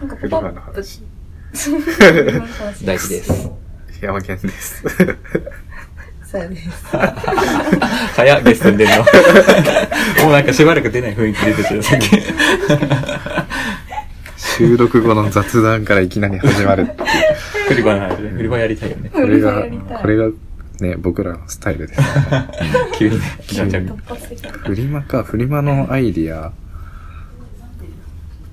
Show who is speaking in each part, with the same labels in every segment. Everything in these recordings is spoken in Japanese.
Speaker 1: なんか
Speaker 2: フ
Speaker 1: ポ
Speaker 2: リー
Speaker 1: ポ
Speaker 2: ファーの
Speaker 1: ップ
Speaker 2: 話。
Speaker 3: 大事で。す。
Speaker 2: 山県です。
Speaker 1: そうです。
Speaker 3: 早っ、ゲストに出るの。 もうなんかしばらく出ない雰囲気出てたよ、 さっき。
Speaker 2: 収録後の雑談からいきなり始まる っていう。
Speaker 3: 振り子の話ね。振り子やりたいよね。
Speaker 2: これ
Speaker 1: やりた
Speaker 2: が、
Speaker 1: い
Speaker 2: これがね、僕らのスタイルです。
Speaker 3: 急にね。じゃんじゃ
Speaker 1: 突
Speaker 3: ん。
Speaker 1: 発的な。
Speaker 2: フリマか、フリマのアイディア。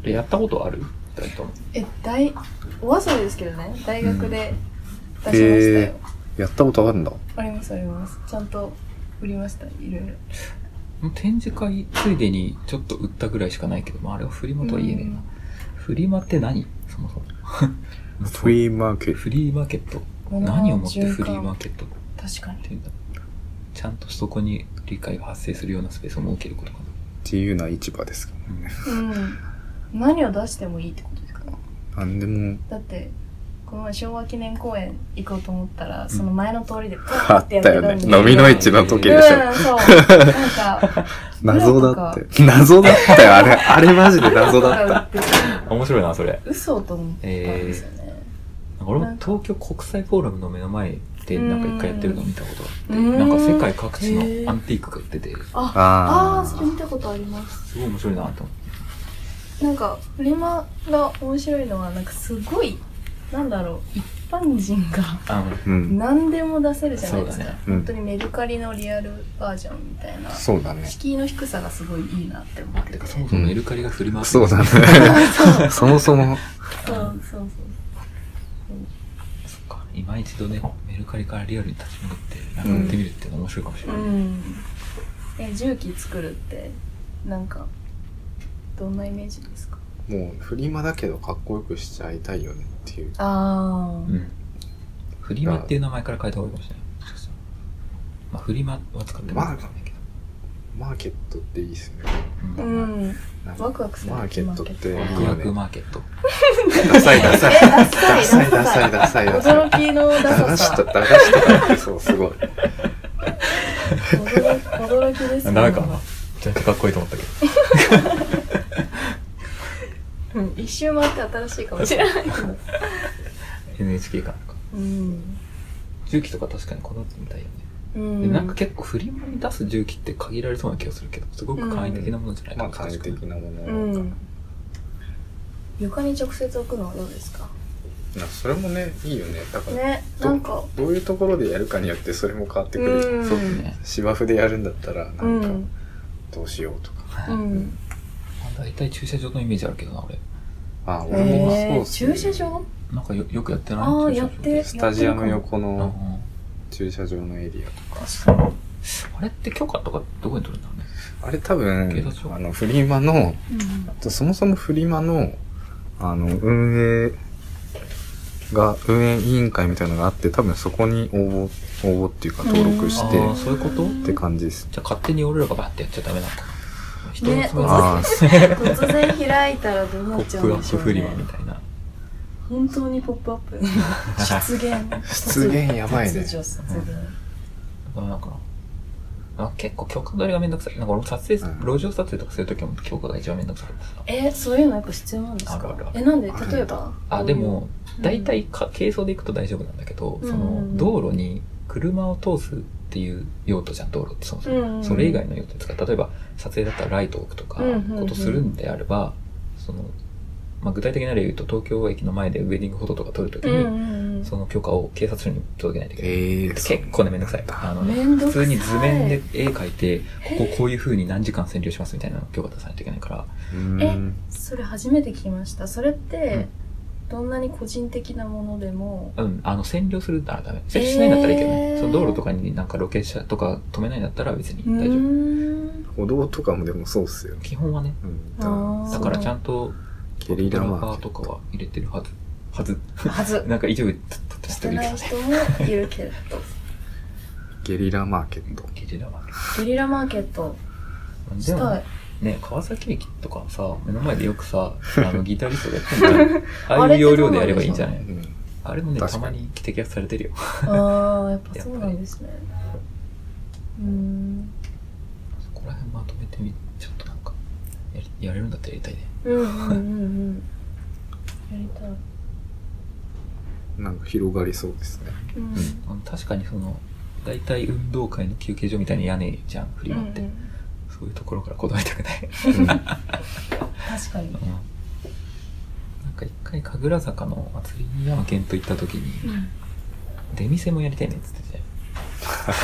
Speaker 3: えやったことある二人とも。
Speaker 1: え、大、お遊びですけどね、大学で出しましたよ。
Speaker 2: えー、やったことあるんだ。
Speaker 1: ありますあります。ちゃんと売りました、いろいろ。
Speaker 3: 展示会ついでにちょっと売ったぐらいしかないけど、まあ、あれはフリマとは言えねえな
Speaker 1: うん。
Speaker 3: フリマって何そもそも。
Speaker 2: フリーマーケット。
Speaker 3: フリーマーケット。
Speaker 1: 物の
Speaker 3: 何をもって
Speaker 1: 循環
Speaker 3: フリーマーケットっ
Speaker 1: 確かに。
Speaker 3: ていうんだちゃんとそこに理解が発生するようなスペースを設けることかな。
Speaker 2: 自由な市場ですか。
Speaker 1: うん。何を出してもいいってことですか
Speaker 2: なんでも、
Speaker 1: だって、この前昭和記念公園行こうと思ったら、その前の通りでパー
Speaker 2: あ
Speaker 1: っ
Speaker 2: って
Speaker 1: やって
Speaker 2: た
Speaker 1: た
Speaker 2: よ
Speaker 1: んで
Speaker 2: ね。飲みの市の時でし
Speaker 1: う
Speaker 2: ょ。
Speaker 1: ん、そう。なんか、
Speaker 2: 謎だって。謎だったよ、あれ。あれマジで謎だった。
Speaker 1: た。
Speaker 3: うん面白いな、それ。
Speaker 1: 嘘と思ったんですよね。
Speaker 3: 俺も東京国際フォーラムの目の前でなんか一回やってるのを見たことがあって、
Speaker 1: うん
Speaker 3: なんか世界各地
Speaker 1: へー
Speaker 3: のアンティークが売ってて、
Speaker 1: あ、あ
Speaker 2: あ
Speaker 1: ー、それ見たことあります。
Speaker 3: すごい面白いなと思っ
Speaker 1: なんか、フリマが面白いのは、なんかすごい、なんだろう、一般人が
Speaker 3: て。あの、
Speaker 2: ー。うん。
Speaker 1: 何でも出せるじゃないです
Speaker 3: そう
Speaker 1: か。
Speaker 3: だね
Speaker 2: うん
Speaker 1: 本当にメルカリのリアルバージョンみたいな。
Speaker 2: そうだね。
Speaker 1: 敷居の低さがすごいいいなって思って
Speaker 3: て
Speaker 1: て。
Speaker 3: か
Speaker 1: そ
Speaker 3: そうもそもメルカリが振り回す。
Speaker 2: そうだね。 そもそも、
Speaker 1: そうそう。
Speaker 3: そっか。今一度ね、メルカリからリアルに立ち戻って、なんか売ってみるっていうの面白いかもしれ
Speaker 1: う
Speaker 3: ない。
Speaker 1: ん。え、重機作るって、なんか、どんなイメージですか
Speaker 2: もう、フリマだけどかっこよくしちゃいたいよねっていう。
Speaker 1: あ
Speaker 3: う。ん。フリマっていう名前から変えた方がいいかもしれない。まあ、フリマは使ってもいいかもしれないけど。
Speaker 2: マーケットっていいですよね。
Speaker 1: う
Speaker 3: うん
Speaker 1: ん。
Speaker 2: なんか
Speaker 1: ワクワクする。
Speaker 2: マーケットっていい
Speaker 3: ワク
Speaker 2: よ
Speaker 3: ワク
Speaker 2: ね。
Speaker 3: マーケット。
Speaker 2: ダサいダサい。
Speaker 1: ダサい
Speaker 2: ダサいダサいダサいダサい。
Speaker 1: 驚きの
Speaker 2: 駄
Speaker 1: ダサ
Speaker 2: 菓子と
Speaker 1: さ。
Speaker 2: 駄菓子とかってそうすご い。
Speaker 1: 驚驚きです
Speaker 3: ダ
Speaker 1: よ
Speaker 3: メか。ちょっとかっこいいと思ったけど。
Speaker 1: うん一周回って新しいかもしれないけど。
Speaker 3: NHK かなんか。
Speaker 1: うん。
Speaker 3: 重機とか確かにこだわってみたいよね。
Speaker 1: う
Speaker 3: で
Speaker 1: ん。
Speaker 3: もなんか結構フリマに出す重機って限られそうな気がするけど、すごく簡易的なものじゃない
Speaker 2: まあ、
Speaker 3: な
Speaker 2: 簡易的なもの
Speaker 1: う
Speaker 2: か
Speaker 1: ん。床に直接置くのはどうですか
Speaker 2: な。それもね、いいよね。だから、
Speaker 1: ね、
Speaker 2: ど
Speaker 1: なんか。
Speaker 2: どういうところでやるかによってそれも変わってくる。
Speaker 1: うん。
Speaker 3: そうね。
Speaker 2: 芝生でやるんだったら、な
Speaker 1: うん
Speaker 2: か、
Speaker 1: ん。
Speaker 2: どうしようとか。
Speaker 3: はい
Speaker 1: うん。
Speaker 3: まあ、大体駐車場のイメージあるけどな、俺。
Speaker 2: あ、俺もそう
Speaker 1: え
Speaker 2: っ
Speaker 1: ー、
Speaker 2: すね
Speaker 1: 駐車場
Speaker 3: なんかよよくやってない
Speaker 1: あー
Speaker 3: 駐車
Speaker 1: や
Speaker 3: 場
Speaker 1: ってる
Speaker 2: スタジアム横
Speaker 3: うんうん
Speaker 2: の駐車場のエリ
Speaker 3: あれって許可とかどこに取るんだろうね。
Speaker 2: ア。あれ多
Speaker 3: 警
Speaker 2: 分
Speaker 3: 察、署
Speaker 2: あの、フリマの、
Speaker 1: うん。
Speaker 2: そもそもフリマの、あの、運営が、運営委員会みたいなのがあって、多分そこに応募、応募っていうか登録し
Speaker 3: ああ、
Speaker 2: て、
Speaker 3: そういうこと
Speaker 2: って感じです。
Speaker 3: じゃあ勝手に俺らがバッてやっちゃダメなんだ。人の
Speaker 1: ね
Speaker 3: つもり
Speaker 2: あ あ、
Speaker 1: 突然開いたらどう
Speaker 3: ポ
Speaker 1: なっち
Speaker 3: ッ
Speaker 1: ゃう
Speaker 3: プア
Speaker 1: んで
Speaker 3: ッ
Speaker 1: し
Speaker 3: プ
Speaker 1: ょう
Speaker 3: フリ
Speaker 1: ね
Speaker 3: マみたいな。
Speaker 1: 本当にポップアッ プ出現
Speaker 2: 出現やばいね
Speaker 1: 突如出現
Speaker 3: ダメなのかな。あ結構許可取りがめんどくさい。なんか俺も撮影す、
Speaker 2: うん
Speaker 3: 路上撮影とかするときも許可が一番めんどくさかったさ。
Speaker 1: えそういうのやっぱ必要なんです
Speaker 3: あるある
Speaker 1: か
Speaker 3: ある
Speaker 1: えなんで例えば
Speaker 3: あ、でも、
Speaker 1: うん
Speaker 3: 大体か、軽装で行くと大丈夫なんだけど、そ
Speaker 1: うんう
Speaker 3: の
Speaker 1: ん、
Speaker 3: 道路に車を通すっていう用途じゃん、道路ってそもそも。
Speaker 1: うんうん
Speaker 3: それ以外の用途ですから、例えば、撮影だったらライトを置くとか、
Speaker 1: うんうんうん
Speaker 3: ことするんであれば、その、まあ、具体的な例を言うと、東京駅の前でウェディングフォトとか撮るとき
Speaker 1: うんう
Speaker 3: に、
Speaker 1: ん
Speaker 3: その許可を警察署に届けないといけない。
Speaker 2: ええ
Speaker 3: 結構ね、めんどくさい。あの
Speaker 1: うん
Speaker 3: ね、
Speaker 1: めんどく
Speaker 3: 普
Speaker 1: さい
Speaker 3: 通に図面で絵描いて、こここういう風に何時間占領しますみたいなのを許可出さないといけないから、
Speaker 2: う
Speaker 1: え
Speaker 2: ん。
Speaker 1: それ初めて聞きましたそれってどんなに個人的なものでも
Speaker 3: うん、あの、占領するならダメ。占領しないんだったらいいけどね。
Speaker 1: えー
Speaker 3: その道路とかになんかロケ車とか止めないんだったら別に
Speaker 1: う
Speaker 3: 大丈夫。
Speaker 1: ーん
Speaker 2: 歩道とかもでもそうっすよ。
Speaker 3: 基本はね。
Speaker 2: うん
Speaker 1: あー
Speaker 3: だからちゃんと、
Speaker 2: ゲリラマーケ
Speaker 3: と
Speaker 2: ッ
Speaker 3: か
Speaker 2: ト。
Speaker 3: は入れてるはず。はず。
Speaker 1: はず
Speaker 3: なんか一部、たたった
Speaker 1: し
Speaker 3: 人
Speaker 1: て
Speaker 3: いるけ
Speaker 1: な
Speaker 3: ど
Speaker 1: い
Speaker 3: ね。
Speaker 1: 人もいるけど
Speaker 2: ゲリラマーケット。
Speaker 3: ゲリラマーケ
Speaker 1: ゲリラマーケット
Speaker 3: ット
Speaker 1: し
Speaker 3: でも
Speaker 1: た
Speaker 3: ね
Speaker 1: い
Speaker 3: ね、川崎駅とかさ、目の前でよ くさ、あの、ギタリストがやってんじゃん。あ
Speaker 1: あ
Speaker 3: あい
Speaker 1: れ
Speaker 3: う要領でやればいいんじゃな
Speaker 2: う
Speaker 3: い
Speaker 2: ん
Speaker 3: あれもね、
Speaker 2: 確
Speaker 3: た
Speaker 2: か
Speaker 3: ま
Speaker 2: に
Speaker 3: に摘発されてるよ。
Speaker 1: ああやっぱそうなんです ねうーん
Speaker 3: そこら辺まとめてみ、ちょっとなんか、やりやれるんだったらやりたいね。
Speaker 1: うんうんうんうんやりたい、
Speaker 2: なんか広がりそうですね。
Speaker 1: うん
Speaker 3: うん確かにその、大体運動会の休憩所みたいな屋根じゃん、フリマって。
Speaker 1: うんうん
Speaker 3: そういうところからこだわりたくない。
Speaker 2: うん
Speaker 1: 確かに
Speaker 3: うんなんか一回神楽坂の祭り山県と行った時に、出店もやりたいねっつってて。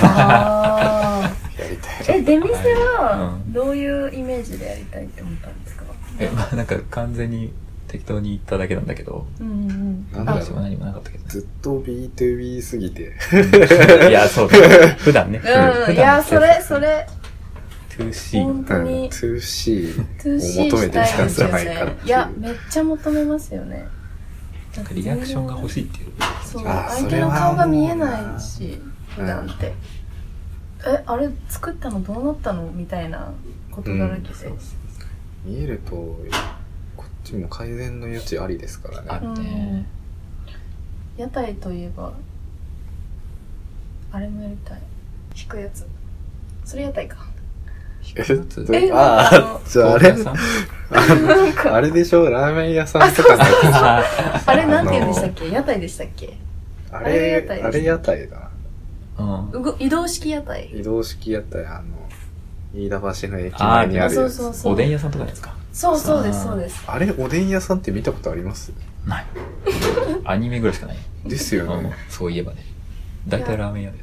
Speaker 1: あ
Speaker 2: やりた
Speaker 1: ー
Speaker 2: い。
Speaker 1: え出店は
Speaker 3: うん
Speaker 1: どういうイメージでやりたいって思ったんですか
Speaker 3: え、 まあなんか完全に適当に行っただけなんだけど、
Speaker 1: うんうん
Speaker 2: なんだ
Speaker 3: 何
Speaker 2: ろ
Speaker 3: も
Speaker 2: う。
Speaker 3: 何もなかったけどね。
Speaker 2: ずっと B2B すぎて。
Speaker 3: いや、そうだ。普段ね。
Speaker 1: うん、いやそれそ。れ本
Speaker 3: 2C。
Speaker 1: 当 に
Speaker 2: 2C を
Speaker 1: 2C
Speaker 2: 求め
Speaker 1: してた
Speaker 2: き
Speaker 1: い
Speaker 2: た
Speaker 1: で
Speaker 2: ん
Speaker 1: す
Speaker 2: じゃ
Speaker 1: よ
Speaker 2: ないかっ
Speaker 1: ね
Speaker 2: ていう。
Speaker 1: いやめっちゃ求めますよね
Speaker 3: なんかリアクションが欲しいっていう。
Speaker 1: そう
Speaker 2: あー
Speaker 1: 相
Speaker 2: そ
Speaker 1: 手
Speaker 2: れ
Speaker 1: の
Speaker 2: は
Speaker 1: 顔が見えないし
Speaker 2: う
Speaker 1: 普
Speaker 2: ん
Speaker 1: 段って、えあれ作ったのどうなったのみたいなことだらけで、
Speaker 3: うん
Speaker 2: 見えると、こっちも改善の余地ありですから
Speaker 3: あ
Speaker 2: ね。
Speaker 3: るね。
Speaker 1: 屋台といえばあれもやりたい引くやつそれ屋台 か
Speaker 3: 引くやつ
Speaker 1: え
Speaker 2: ああ、じゃああれ
Speaker 3: 豆腐屋、さん
Speaker 1: なんか
Speaker 2: あれでしょラーメン屋さんとかのやつ
Speaker 1: あれなんて言うんでしたっけ屋台でしたっけ
Speaker 2: あ
Speaker 1: あれ屋
Speaker 2: れ
Speaker 1: 台で、す
Speaker 2: あれ屋台だな。
Speaker 3: うん
Speaker 1: うご移動式屋台
Speaker 2: 移動式屋台、あの、飯田橋の駅前にある
Speaker 1: そ
Speaker 2: や
Speaker 1: う
Speaker 2: つ
Speaker 1: そうそう
Speaker 3: おでん屋さんとかですか
Speaker 1: そうそうですそうです
Speaker 2: あれ、おでん屋さんって見たことあります
Speaker 3: ない。アニメぐらいしかない。
Speaker 2: ですよ
Speaker 3: うん
Speaker 2: ね。
Speaker 3: そういえばね。大体ラーメン屋で。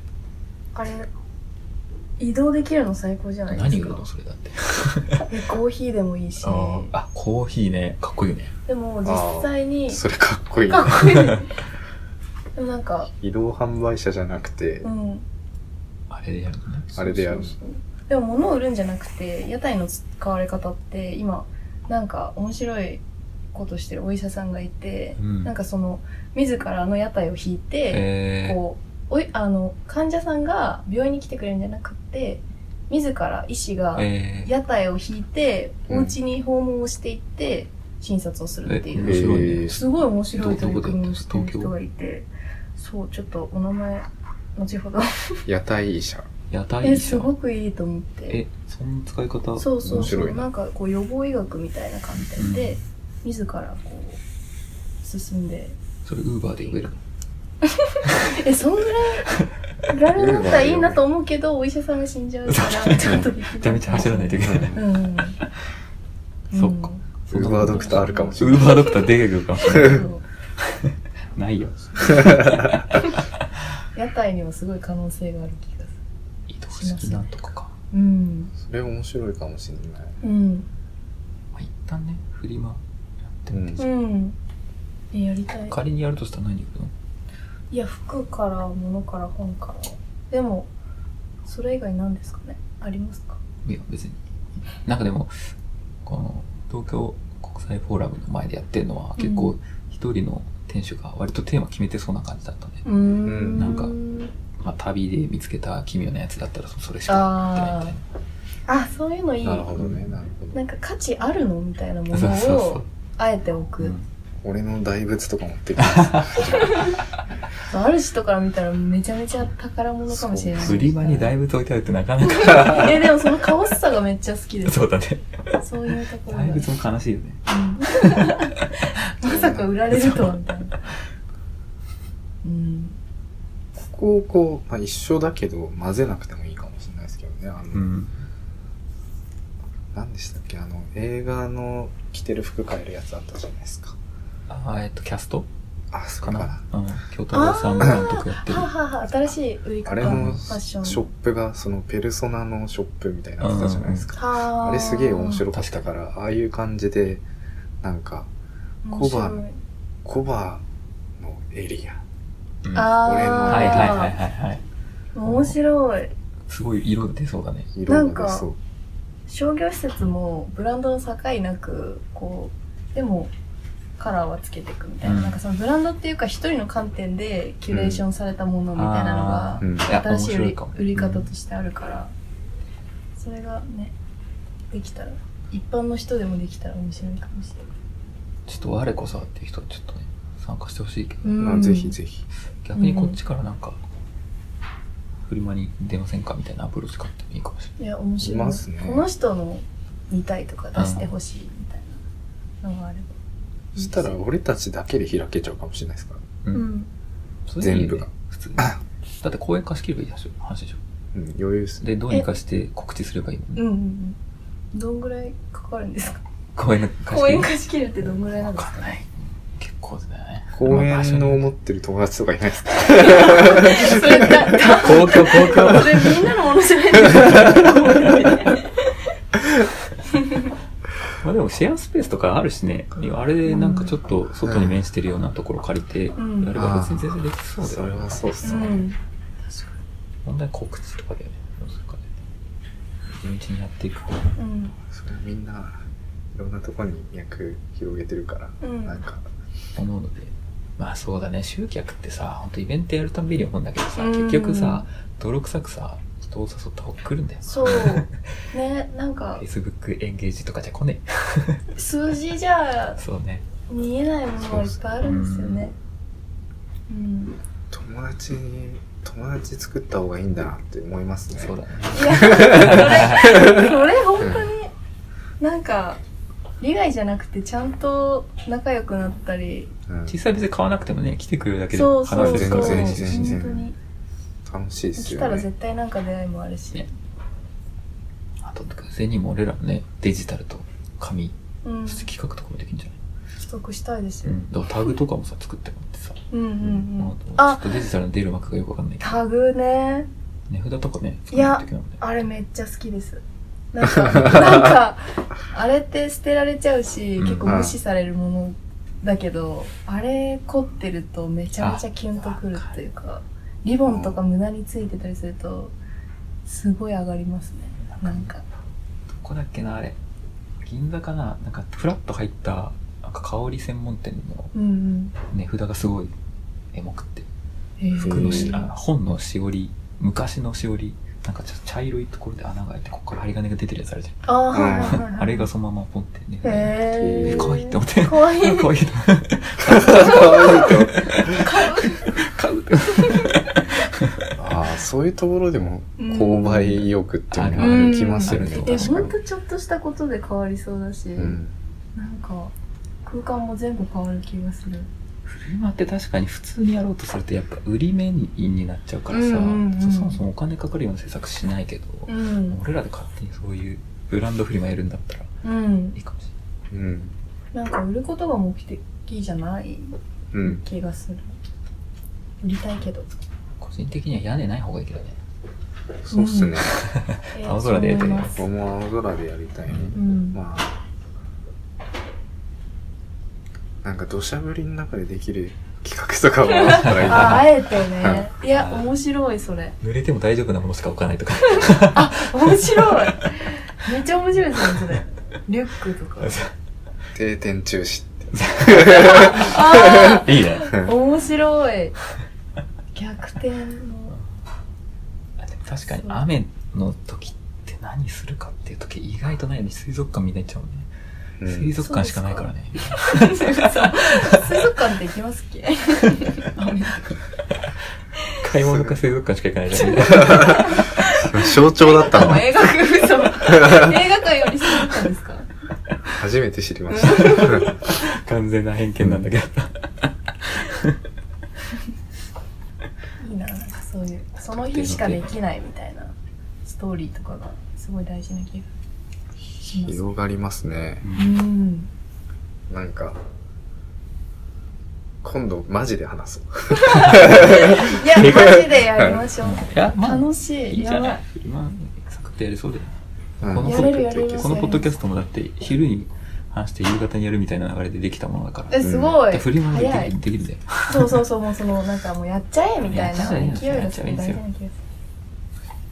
Speaker 1: あれ移動できるの最高じゃないで
Speaker 3: 何
Speaker 1: す
Speaker 3: 売る
Speaker 1: か
Speaker 3: のそれだって。
Speaker 1: えコーヒーでもいいし
Speaker 3: あ、コーヒーね。かっこいいね。
Speaker 1: でも実際に
Speaker 2: それかっこいい。
Speaker 1: かっこいいでもなんか
Speaker 2: 移動販売車じゃなくて
Speaker 1: う、ん
Speaker 3: あれでやるのね。
Speaker 2: あれでやるの
Speaker 1: そうそうそうでも物を売るんじゃなくて屋台の使われ方って今なんか面白いことしてるお医者さんがいて、
Speaker 3: うん
Speaker 1: なんかその自らの屋台を引いて、
Speaker 3: え
Speaker 1: こうおいあの患者さんが病院に来てくれるんじゃなくって自ら医師が
Speaker 3: ー、えー、
Speaker 1: 屋台を引いて、
Speaker 2: うん
Speaker 1: お家に訪問をしていって診察をするってい
Speaker 3: え
Speaker 1: う
Speaker 3: 面白いね
Speaker 2: えー
Speaker 1: すごい面白い取り組みをしてる
Speaker 3: ど
Speaker 1: 人
Speaker 3: どこ
Speaker 1: がいて、そう、ちょっとお名前、後ほど。
Speaker 2: 屋台車。
Speaker 3: 屋台
Speaker 1: え、
Speaker 3: 医者
Speaker 1: すごくいいと思って。
Speaker 3: え、その使い方
Speaker 1: そうそうそ
Speaker 2: 面白
Speaker 1: う、
Speaker 2: いな
Speaker 1: なんかこう予防医学みたいな観点で、自らこう、進んで。
Speaker 3: それウーバーで呼べるの
Speaker 1: え、そんぐらい、ラルだったらいいなと思うけど、お医者さんが死んじゃうから、ちょっとできない。
Speaker 3: めちゃめちゃ走らないといけない。
Speaker 1: うん。
Speaker 3: そっか
Speaker 2: ウーバードクターあるかもしれ
Speaker 3: ウ
Speaker 2: ない。
Speaker 3: ーバードクター出てくるかもしれ
Speaker 1: う
Speaker 3: ない。
Speaker 1: ん そう
Speaker 3: ないよ。
Speaker 1: 屋台にはすごい可能性がある気がする。
Speaker 3: 移動式なんとかか。
Speaker 1: うん。
Speaker 2: それ面白いかもしれない。
Speaker 1: うん。
Speaker 3: まあ、一旦ね、フリマやってみて。
Speaker 1: うん。え、やりたい。
Speaker 3: 仮にやるとしたら何行くの
Speaker 1: いや、服から、物から、本から。でも、それ以外何ですかねありますか
Speaker 3: いや、別に。なんかでも、この、東京国際フォーラムの前でやってるのは、結
Speaker 1: う
Speaker 3: 構、一人の店主が割とテーマ決めてそうな感じだったね。
Speaker 1: うーん
Speaker 2: ん
Speaker 3: なんかまあ、旅で見つけた奇妙なやつだったら、そそれしかやって
Speaker 1: あ
Speaker 3: ないみ
Speaker 1: あ。あ、そういうのいい。
Speaker 2: なるほどね、なるほ
Speaker 1: な
Speaker 2: ど。
Speaker 1: んか価値あるのみたいなも
Speaker 3: たい
Speaker 1: の
Speaker 3: な。そうそうそ
Speaker 1: を、あえて置
Speaker 3: う。
Speaker 1: く。
Speaker 3: うん
Speaker 2: 俺の大仏とか持ってきます。
Speaker 1: ある人から見たらめちゃめちゃ宝物かもしれない。
Speaker 3: フリマに大
Speaker 1: ぶ。
Speaker 3: 仏置いてあるってなかな か
Speaker 1: え、でもそのカオスさがめっちゃ好きです。
Speaker 3: そうだね
Speaker 1: そういうところが。
Speaker 3: 大仏も悲しいよね
Speaker 1: うんまさか売られるとはみたいな。うん。
Speaker 2: ここをこう、まあ、一緒だけど、混ぜなくてもいいかもしれないですけどね。あの、
Speaker 3: うん
Speaker 2: 何でしたっけあの、映画の着てる服買えるやつあったじゃないですか。
Speaker 3: あーえっとキャスト
Speaker 2: あ、そ
Speaker 3: か
Speaker 2: うか
Speaker 3: な
Speaker 2: な。
Speaker 3: うん京太郎さん監督やってる
Speaker 1: ははは、新しい売り方。
Speaker 2: あれの
Speaker 1: フ
Speaker 2: シ
Speaker 1: ァッシ
Speaker 2: ョ
Speaker 1: ョン。
Speaker 2: ップが、そのペルソナのショップみたいなのあったじゃないですか。
Speaker 1: は
Speaker 2: あれすげえ面
Speaker 1: い。
Speaker 2: 白かったから、ああいう感じで、なんか、
Speaker 1: 面白い
Speaker 2: 小判コバのエリア。
Speaker 3: うんは
Speaker 1: あー
Speaker 2: 俺の
Speaker 3: いはいはいはいはい
Speaker 1: 面白い。
Speaker 3: すごい色出そうだね
Speaker 2: 色が出そう。
Speaker 1: 商業施設もブランドの境なく、こう、でも、カラーはつけていくみたいな。
Speaker 3: うん
Speaker 1: なんかそのブランドっていうか一人の観点でキュレーションされたものみたいなのが、
Speaker 2: うん。
Speaker 3: いや
Speaker 1: 新
Speaker 3: 面
Speaker 1: しい売
Speaker 3: 白い
Speaker 1: り
Speaker 3: かも
Speaker 1: 売り方
Speaker 3: うん
Speaker 1: としてあるから、それがね、できたら、一般の人でもできたら面白いかもしれない。
Speaker 3: ちょっと我こそはっていう人はちょっとね参加してほしいけど
Speaker 2: まあ、ぜひぜひ。
Speaker 3: 逆にこっちからなんかフリマに出ませんかみたいなアプローチ買ってもいいかもしれない
Speaker 1: いや、面白い。
Speaker 2: いますね
Speaker 1: この人の見たいとか出してほしいみたいなのがあれば。
Speaker 2: そしたら俺たちだけで開けちゃうかもしれないですから。
Speaker 3: う。
Speaker 1: うんん。
Speaker 3: それでいいよね
Speaker 2: 全部が。
Speaker 3: 普通に。だって公演貸し切ればいい話でしょ。
Speaker 2: うん、余裕ですね。
Speaker 3: で、どうにかして告知すればいいもん
Speaker 1: う
Speaker 3: ね。
Speaker 1: んうんうん。どんぐらいかかるんですか
Speaker 3: 公演の貸し
Speaker 1: 公
Speaker 3: 切り
Speaker 1: 園。貸し切るってどんぐらいなんですか
Speaker 3: わかんない。結構だよね。
Speaker 2: 公園の
Speaker 3: まあ。
Speaker 2: 思ってる友達とかいないですか
Speaker 1: それ、だ、だ、
Speaker 3: 場所に公共、公共。
Speaker 1: それみんなのものじゃないですか
Speaker 3: まあでもシェアスペースとかあるしね。今あれでなんかちょっと外に面してるようなところ借りて、や
Speaker 1: うん
Speaker 3: れば別に全然できそうだよ
Speaker 2: それ
Speaker 3: ね。
Speaker 2: はそうっす
Speaker 1: う
Speaker 2: ね。
Speaker 1: ん。
Speaker 3: 問題は告知とかだよね。どうするかね。地道にやっていく。
Speaker 1: うん。
Speaker 2: それみんないろんなとこに脈広げてるから、
Speaker 1: うん
Speaker 2: なんか、
Speaker 3: 思うので。まあそうだね。集客ってさ、ほんとイベントやるたんびに思うんだけどさ、
Speaker 1: うん
Speaker 3: 結局さ、泥臭くさ、人を誘った方が来るんだよ。
Speaker 1: そう。ね、なんか、
Speaker 3: Facebook エンゲージとかじゃ来ね
Speaker 1: 数字じゃ
Speaker 3: え。そうね。
Speaker 1: 見えないものがいっぱいあるんですよね。うん。
Speaker 2: 友達に、友達作った方がいいんだなって思いますね。
Speaker 3: そうだね。
Speaker 1: いや、それ、それ本当に、なんか、利害じゃなくて、ちゃんと仲良くなったり、
Speaker 2: うん、
Speaker 3: 実際別に買わなくてもね、来てくれるだけで
Speaker 1: そう
Speaker 3: 話
Speaker 1: そうそう。
Speaker 3: せるから
Speaker 1: 本当
Speaker 3: ね。
Speaker 2: 全然全然
Speaker 1: に。
Speaker 2: 楽しいです
Speaker 1: 来
Speaker 2: よ
Speaker 1: たら
Speaker 2: ね。
Speaker 1: 絶対なんか出会いもあるし
Speaker 3: ね。あと、偶然にも俺らもね、デジタルと紙、
Speaker 1: うん。
Speaker 3: そして企画とかもできるんじゃない
Speaker 1: 取得したいですよ。
Speaker 3: だからタグとかもさ、作ってもらってさ。
Speaker 1: うんうんうん。
Speaker 3: まあ
Speaker 1: あ
Speaker 3: ちょっとデジタルの出る幕がよくわかんないけど。
Speaker 1: タグね。
Speaker 3: 値札とかね、作
Speaker 1: い
Speaker 3: らな
Speaker 1: や
Speaker 3: いといけないもんね。
Speaker 1: あれめっちゃ好きです。なん か、なんか、あれって捨てられちゃうし、
Speaker 3: うん
Speaker 1: 結構無視されるものだけど、あれ凝ってるとめちゃめちゃキュンとくるっていうか、リボンとか無駄についてたりすると、すごい上がりますね。なんか。
Speaker 3: どこだっけな、あれ。銀座かななんか、フラッと入った、なんか香り専門店の
Speaker 1: うん
Speaker 3: 値札がすごい、エモくって。
Speaker 1: うん。
Speaker 3: 服のし、
Speaker 2: へー
Speaker 3: あ本のしおり、昔のしおり、なんかちょっと茶色いところで穴が開いて、ここから針金が出てるやつあるじ
Speaker 1: ああ、はいはい
Speaker 3: ゃ
Speaker 1: はい。
Speaker 3: ん。あれがそのままポンってね。
Speaker 1: へ
Speaker 3: え、
Speaker 1: え。
Speaker 3: かわいいって思って。
Speaker 1: かわいい。
Speaker 3: かわいい。 買う。
Speaker 2: ああ、そういうところでも
Speaker 1: うん
Speaker 2: 購買意欲っていう
Speaker 3: あ
Speaker 2: のができますよね。
Speaker 3: うん
Speaker 1: で、
Speaker 2: 確
Speaker 1: ほ
Speaker 2: か
Speaker 1: ん
Speaker 2: に。
Speaker 1: とちょっとしたことで変わりそうだし、
Speaker 2: うん。
Speaker 1: なんか、空間も全部変わる気がする。
Speaker 3: 今って確かに普通にやろうとするとやっぱ売り目になっちゃうからさ、
Speaker 1: うんうんうん
Speaker 3: そもそもお金かかるような制作しないけど、
Speaker 1: うん。
Speaker 3: 俺らで勝手にそういうブランドフリマやるんだった
Speaker 1: う
Speaker 3: ら
Speaker 1: ん
Speaker 3: い。いかもし
Speaker 2: うん。
Speaker 1: なんか売ることが目的じゃない
Speaker 2: うん。
Speaker 1: 気がする。売りたいけど。
Speaker 3: れない個人的には屋根ない方がいいけどね
Speaker 2: そうっすね。
Speaker 1: えー
Speaker 3: 青空でやりたい
Speaker 1: そう思
Speaker 3: な
Speaker 1: ます
Speaker 2: 僕も 青空でやりたいね。
Speaker 1: うん。
Speaker 2: まあ、なんか土砂降りの中でできる企画とかもあったらい い
Speaker 1: あ、
Speaker 2: な。
Speaker 1: あえてね。いや、面白い、それ。
Speaker 3: 濡れても大丈夫なものしか置かないとか
Speaker 1: 面白い。めっちゃ面白いですね、それ。リュックとか。
Speaker 2: 定点中止って。
Speaker 1: あ
Speaker 3: いいね
Speaker 1: あ面白い。逆転の。
Speaker 3: 確かに雨の時って何するかっていう時意外とないのに水族館みんな行っちゃうもんね、
Speaker 2: う
Speaker 3: 水
Speaker 2: ん、
Speaker 3: 族館しかないからね
Speaker 1: 水族館って行きますっけ
Speaker 3: 買い物か水族館しか行かないじゃん
Speaker 2: 象徴だったの
Speaker 1: 映画館、嘘。映画館より水族館ですか
Speaker 2: 初めて知りま した。
Speaker 3: 完全な偏見なんだけど
Speaker 1: いいな、なんかそういう、その日しかできないみたいなストーリーとかがすごい大事な気がします。
Speaker 2: 広がりますね。
Speaker 1: うん。
Speaker 2: なんか、今度マジで話そう。
Speaker 1: いや、マジでやりましょう。
Speaker 3: いやまあ
Speaker 1: 楽しい。
Speaker 3: いいじゃ
Speaker 1: やば
Speaker 3: ない
Speaker 1: い。
Speaker 3: 今サクッとやれそうだよ
Speaker 2: うん
Speaker 3: この
Speaker 1: やれるやれる。
Speaker 3: このポッドキャストもだって昼に話して夕方にやるみたいな流れでできたものだから。
Speaker 1: え、すごい。
Speaker 3: フリマで
Speaker 1: 早
Speaker 3: で
Speaker 1: い
Speaker 3: き。できるんだよ。
Speaker 1: そうそうそう、もうその、なんかもうやっちゃえみたいな勢いがすごい
Speaker 3: や
Speaker 1: 大
Speaker 3: っち
Speaker 1: 事
Speaker 3: ゃえ
Speaker 1: な気
Speaker 3: や
Speaker 1: が
Speaker 3: っちゃ
Speaker 1: す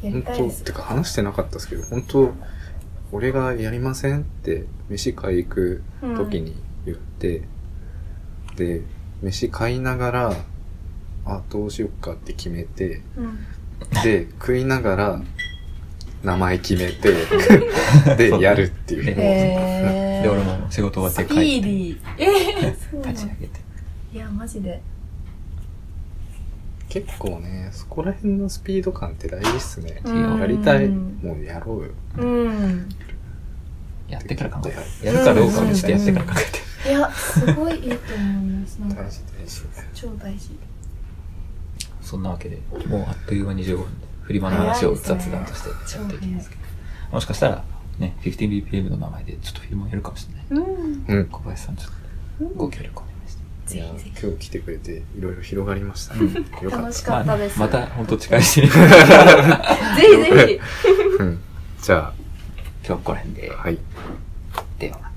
Speaker 3: え
Speaker 1: る。やり
Speaker 2: 本
Speaker 1: たいで
Speaker 2: 当
Speaker 1: す
Speaker 2: て。か話してなかったですけど、本当俺がやりませんって、飯買い行く時に言って、で、飯買いながら、あ、どうしよっかって決めて、
Speaker 1: うん。
Speaker 2: で、食いながら、名前決め て、
Speaker 3: そう
Speaker 2: で、やるっていう。
Speaker 3: ね
Speaker 1: へー。
Speaker 3: で、俺も仕事終わって
Speaker 1: スピー
Speaker 3: 帰っ
Speaker 1: デ
Speaker 3: て、
Speaker 1: ィー。えー、そうな
Speaker 3: 立ち上
Speaker 1: の
Speaker 3: げて。
Speaker 1: いや、マジで。
Speaker 2: 結構ね、そこら辺のスピード感って大事っすね。
Speaker 1: うん
Speaker 2: やりたい。もうやろうよ。
Speaker 1: うん。
Speaker 3: やってから考え
Speaker 2: や
Speaker 3: て。やるかどうかをしてやってから考えて。
Speaker 1: いや、すごいいいと思います。なんか
Speaker 2: 大事大事。
Speaker 1: 超大事。
Speaker 3: そんなわけで、もうあっという間に15分で、フリマの話を雑談としてやっていきますけど、もしかしたら、ね、15BPM の名前でちょっとフィルムをやるかもしれない。
Speaker 1: うん。
Speaker 2: うん。
Speaker 3: 小林さん、ちょっ
Speaker 1: う
Speaker 3: と
Speaker 1: ん
Speaker 3: ご協力お願いして。
Speaker 2: い
Speaker 1: ぜ
Speaker 2: や
Speaker 1: ひぜひ。
Speaker 2: 今日来てくれていろいろ広がりましたね。よか
Speaker 1: 楽
Speaker 2: っ
Speaker 1: し
Speaker 2: た。
Speaker 1: かったです。
Speaker 3: まあまた、本当近い し、今
Speaker 1: ぜひぜひ。
Speaker 2: うん。じゃ
Speaker 3: 日はここら辺で
Speaker 2: あ、、はい。
Speaker 3: では。